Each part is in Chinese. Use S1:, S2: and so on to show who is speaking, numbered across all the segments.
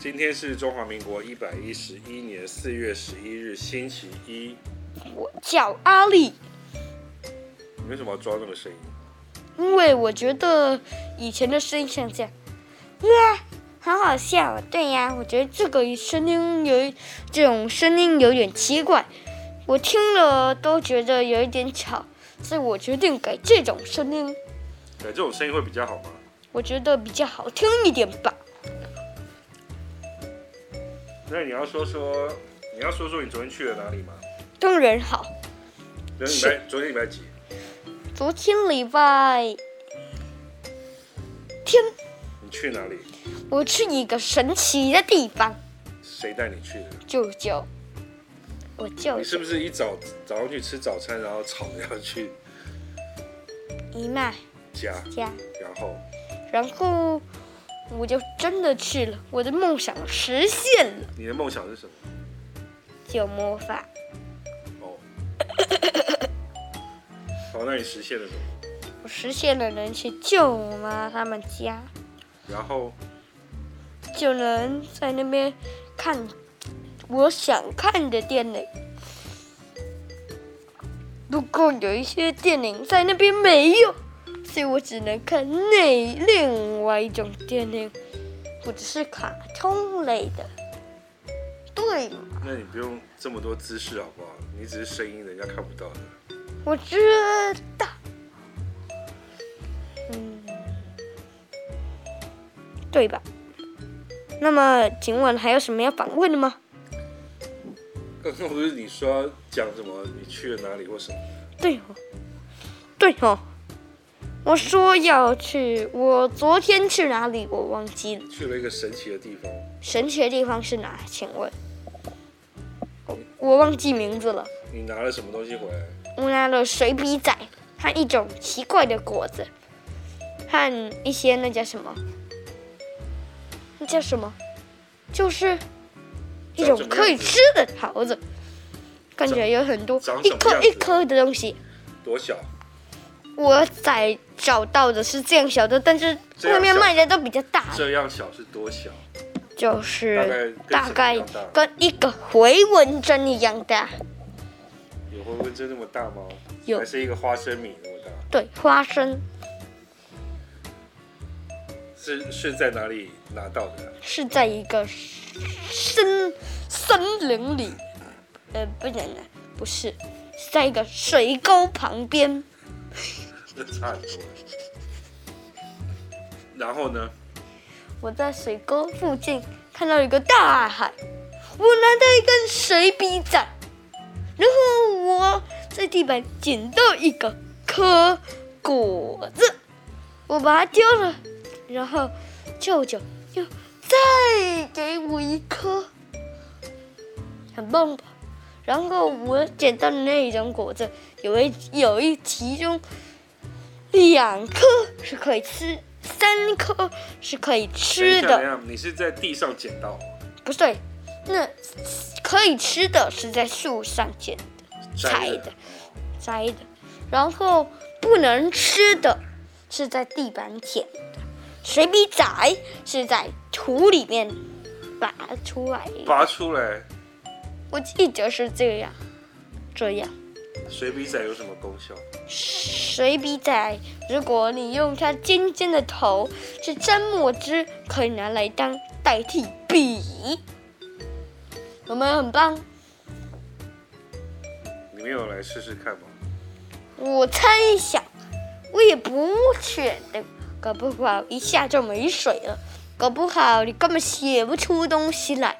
S1: 今天是中华民国一百一十一年四月十一日，星期一。
S2: 我叫阿力，
S1: 你为什么要装那个声音？
S2: 因为我觉得以前的声音像这样，呀，好好笑。对呀，我觉得这个声音有一这种声音有点奇怪，我听了都觉得有一点吵，所以我决定改这种声音，
S1: 对，这种声音会比较好吗？
S2: 我觉得比较好听一点吧。
S1: 那你要说说，你要说说你昨天去了哪里吗？
S2: 当然好，
S1: 昨天礼拜，昨天礼拜几？
S2: 昨天礼拜天
S1: 你去哪里？
S2: 我去一个神奇的地方，
S1: 谁带你去的？
S2: 舅舅，我舅
S1: 你是
S2: 舅
S1: 不是一早早上去吃早餐，然后吵着要去
S2: 姨妈
S1: 家，
S2: 家。
S1: 然后
S2: 然后我就真的去了，我的梦想实现了，
S1: 你的梦想是什么？
S2: 就魔法
S1: 哦，好，那你实现了什么？
S2: 我实现了，能去救我妈他们家，
S1: 然后
S2: 就能在那边看我想看的电影。不过有一些电影在那边没有，所以我只能看那另外一种电影，或者是卡通类的。对吗？
S1: 那你不用这么多姿势好不好？你只是声音，人家看不到的。
S2: 我知道。嗯，对吧？那么，请问还有什么要反问的吗？
S1: 刚刚不是你说讲什么？你去了哪里或什么？
S2: 对哦，对哦，我说要去，我昨天去哪里我忘记了。
S1: 去了一个神奇的地方，
S2: 神奇的地方是哪？请问，我我忘记名字了。
S1: 你拿了什么东西回来？
S2: 我拿了水笔仔和一种奇怪的果子，和一些那叫什么？那叫什么？就是一种可以吃的桃子，感觉有很多
S1: 长长什
S2: 一
S1: 么
S2: 颗
S1: 样子
S2: 一颗的东西。
S1: 多小？
S2: 我在找到的是这样小的，但是
S1: 这样
S2: 外面
S1: 小
S2: 卖的都比较大，
S1: 这样小是多小？
S2: 就是
S1: 大
S2: 大
S1: 概
S2: 概
S1: 跟什么样大
S2: 跟一个回纹针一样大。
S1: 有回纹针那么大吗？
S2: 有
S1: 还是一个花生米那么大？
S2: 对，花生
S1: 是是在哪里拿到的啊、
S2: 是在一个森森林里，呃，不能啊，不是，是在一个水沟旁边。
S1: 这差很多。然后呢？
S2: 我在水沟附近看到一个大海，我拿到一根水笔仔，然后我在地板捡到一个颗果子，我把它丢了，然后舅舅又再给我一颗，很棒吧？然后我捡到的那一种果子，有一有一其中两颗是可以吃，三颗是可以
S1: 等一
S2: 吃
S1: 下等一
S2: 的，
S1: 下你是在地上捡到，
S2: 不对，那可以吃的是在树上捡的
S1: 摘
S2: 采
S1: 的
S2: 的摘的，然后不能吃的是在地板捡的，水笔仔是在土里面拔出来的，
S1: 拔出来。
S2: 我记得是这样，这样。
S1: 水笔仔有什么功效？
S2: 水笔仔，如果你用它尖尖的头去沾墨汁，可以拿来当代替笔，有没有很棒？
S1: 你没有来试试看吗？
S2: 我猜想，我也不确定，搞不好一下就没水了，搞不好你根本写不出东西来，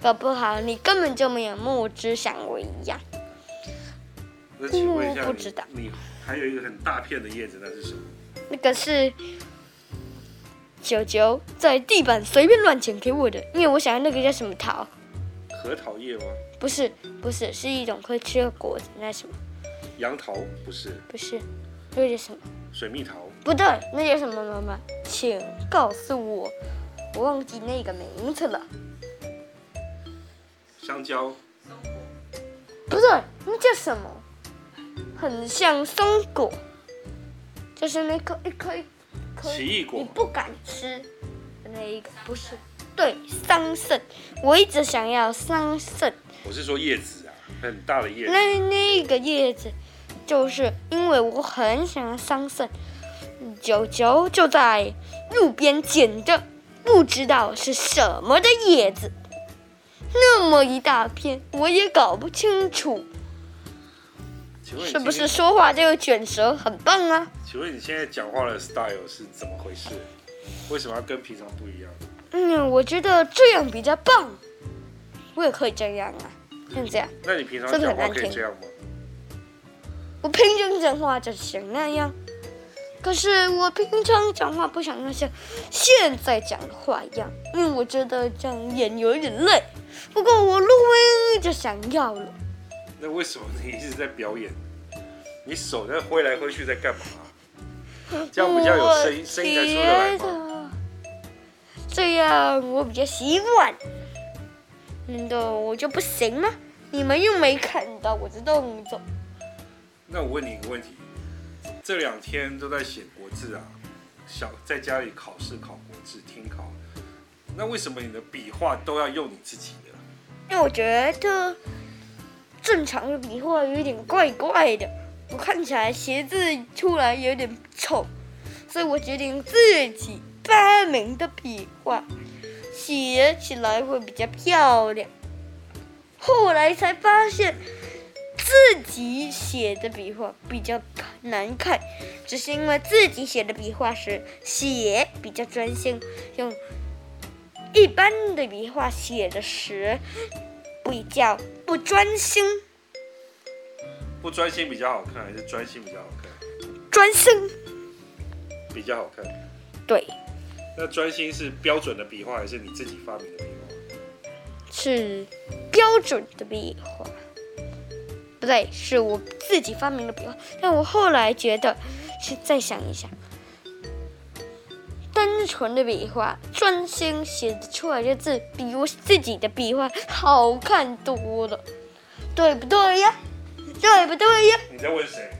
S2: 搞不好你根本就没有墨汁，像我一样。
S1: 那请问一下
S2: 嗯
S1: 你，
S2: 不知道
S1: 你还有一个很大片的叶子，那是什么？
S2: 那个是九九在地板随便乱捡给我的，因为我想要那个叫什么桃，
S1: 核桃叶吗？
S2: 不是不是，是一种可以吃的果子，那什么
S1: 杨桃不是，
S2: 不是，那叫什么？
S1: 水蜜桃。
S2: 不对，那叫什么？妈妈，请告诉我，我忘记那个名字了。
S1: 香蕉，
S2: 不对，那叫什么？很像松果，就是那颗一颗一颗，
S1: 奇异果
S2: 你不敢吃的那一个，不是，对，桑葚，我一直想要桑葚。
S1: 我是说叶子啊，很大的叶子。
S2: 那那个叶子，就是因为我很想要桑葚，九九就在路边捡的，不知道是什么的叶子，那么一大片，我也搞不清楚，
S1: 请问你
S2: 是不
S1: 今
S2: 是
S1: 天？
S2: 说话这个卷舌很棒啊？
S1: 请问你现在讲话的 style 是怎么回事？为什么要跟平常不一样？
S2: 嗯，我觉得这样比较棒，我也可以这样啊，像这样，
S1: 那你平常
S2: 这个
S1: 讲
S2: 很
S1: 话
S2: 难
S1: 可以
S2: 听
S1: 这样吗？
S2: 我平常讲话就想那样，可是我平常讲话不想那像现在讲的话一样，因为我觉得这样演有点累。不过我录音就想要了，
S1: 那为什么你一直在表演？ 你手在挥来挥去在干嘛？ 这样比较有声音，声音才出得来
S2: 我觉
S1: 吗？
S2: 得啊这样我比较习惯，难道我就不行吗？你们又没看到我的动作，
S1: 那我问你一个问题，这两天都在写国字啊，小在家里考试考国字听考，那为什么你的笔画都要用你自己的？
S2: 因为我觉得正常的笔画有点怪怪的，我看起来写字出来有点丑，所以我决定自己发明的笔画，写起来会比较漂亮。后来才发现自己写的笔画比较难看，只是因为自己写的笔画时写比较专心，用一般的笔画写的时比较不专心，
S1: 不专心比较好看，还是专心比较好看？
S2: 专心
S1: 比较好看。
S2: 对
S1: 那专心是标准的笔画，还是你自己发明的笔画？
S2: 是标准的笔画，不对，是我自己发明的笔画。但我后来觉得是再想一想，单纯的笔画专心写出来的字比我自己的笔画好看多了，对不对呀？对不对呀？
S1: 你在问谁？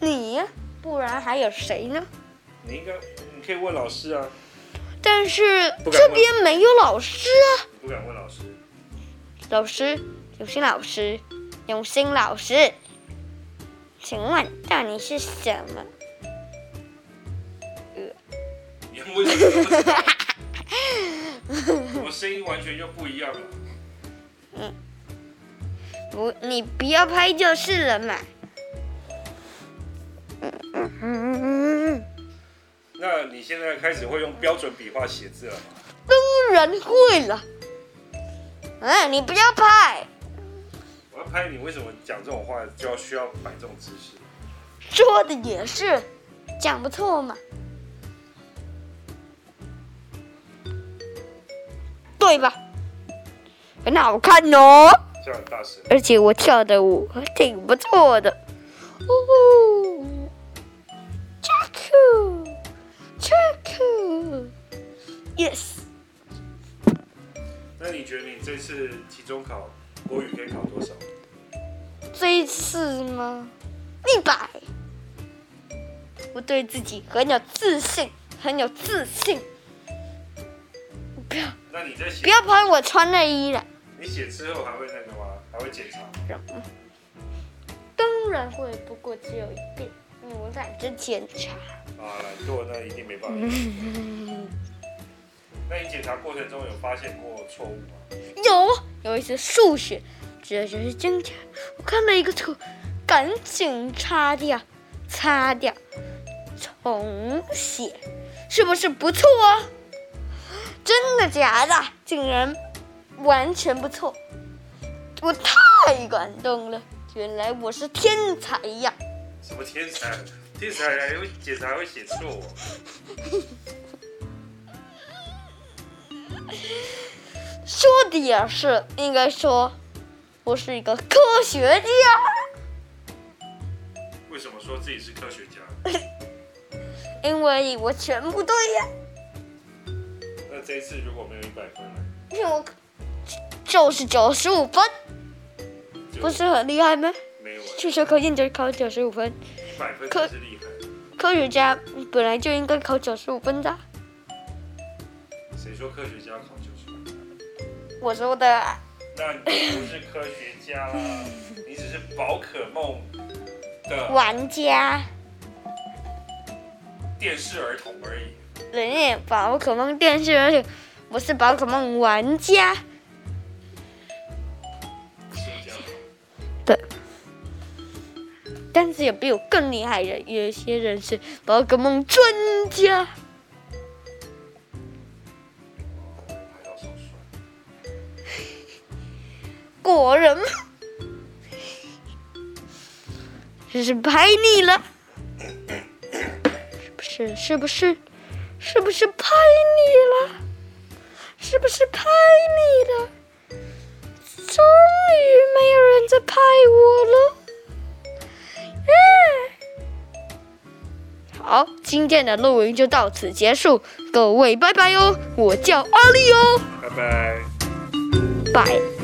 S2: 你呀，不然还有谁呢？
S1: 你应该，你可以问老师啊，
S2: 但是
S1: 不敢
S2: 这
S1: 问
S2: 边没有老师啊，
S1: 你不敢问老师。
S2: 老师，有心老师，有心老师，请问到底是什么？
S1: 你为什么不知道？ 我声音完全就不一样了。
S2: 不，你不要拍就是了嘛。嗯
S1: 那你现在开始会用标准笔画写字了吗？
S2: 当然会了。嗯，你不要拍，
S1: 我要拍你，为什么讲这种话就要需要摆这种姿势？
S2: 说的也是，讲不错嘛，对吧？很好看哦。
S1: 这样很大声。
S2: 而且我跳的舞还挺不错的。哦 j a c k j a c k y e s
S1: 那你觉得你这次期中考国语可以考多少？
S2: 这一次吗？一百。我对自己很有自信，很有自信。不要
S1: 那你在写
S2: 不要拍我穿内衣了，
S1: 你写之后还会那个吗？还会检查吗？
S2: 当然会，不过只有一遍，因为我懒得检查。
S1: 啊，懒惰那一定没办法。 那你检查过程中有发现过错误吗？
S2: 有有一次数学，这就是真假。我看到一个错，赶紧擦掉，擦掉，重写，是不是不错啊？真的假的？竟然完全不错，我太感动了！原来我是天才呀！
S1: 什么天才？天才还会检查还会写错哦？
S2: 说的也是，应该说，我是一个科学家。
S1: 为什么说自己是科学家？
S2: 因为我全部对呀、
S1: 那这一次如果没有一百分呢？
S2: 因为我就是九十五分，
S1: 就
S2: 不是很厉害吗？
S1: 没有啊
S2: 数学考验就考九十五分，
S1: 一百分
S2: 可
S1: 才是厉害。
S2: 科学家本来就应该考九十五分的啊。
S1: 谁说科学家考九十分？
S2: 我说的，
S1: 那你就不是科学家啦，你只是宝可梦的
S2: 玩家，
S1: 电视儿童而已。
S2: 人也宝可梦电视，而且我是宝可梦玩家。
S1: 是这样吗
S2: 对，但是有比我更厉害的，有一些人是宝可梦专家。
S1: 哦拍到手酸。
S2: 果然，真是拍你了，是不是？是不是？是不是拍你了？是不是拍你了？终于没有人在拍我了。耶好，今天的录音就到此结束，各位拜拜哦！我叫阿丽哦，
S1: 拜拜。
S2: 拜。